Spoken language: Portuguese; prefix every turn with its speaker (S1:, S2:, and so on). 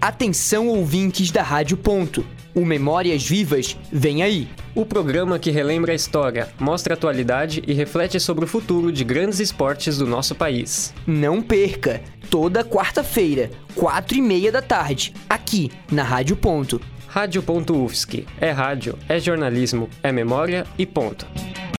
S1: Atenção ouvintes da Rádio Ponto. O Memórias Vivas vem aí.
S2: O programa que relembra a história, mostra a atualidade e reflete sobre o futuro de grandes esportes do nosso país.
S1: Não perca! Toda quarta-feira, quatro e meia da tarde, aqui na Rádio Ponto.
S2: Rádio.UFSC. É rádio, é jornalismo, é memória e ponto.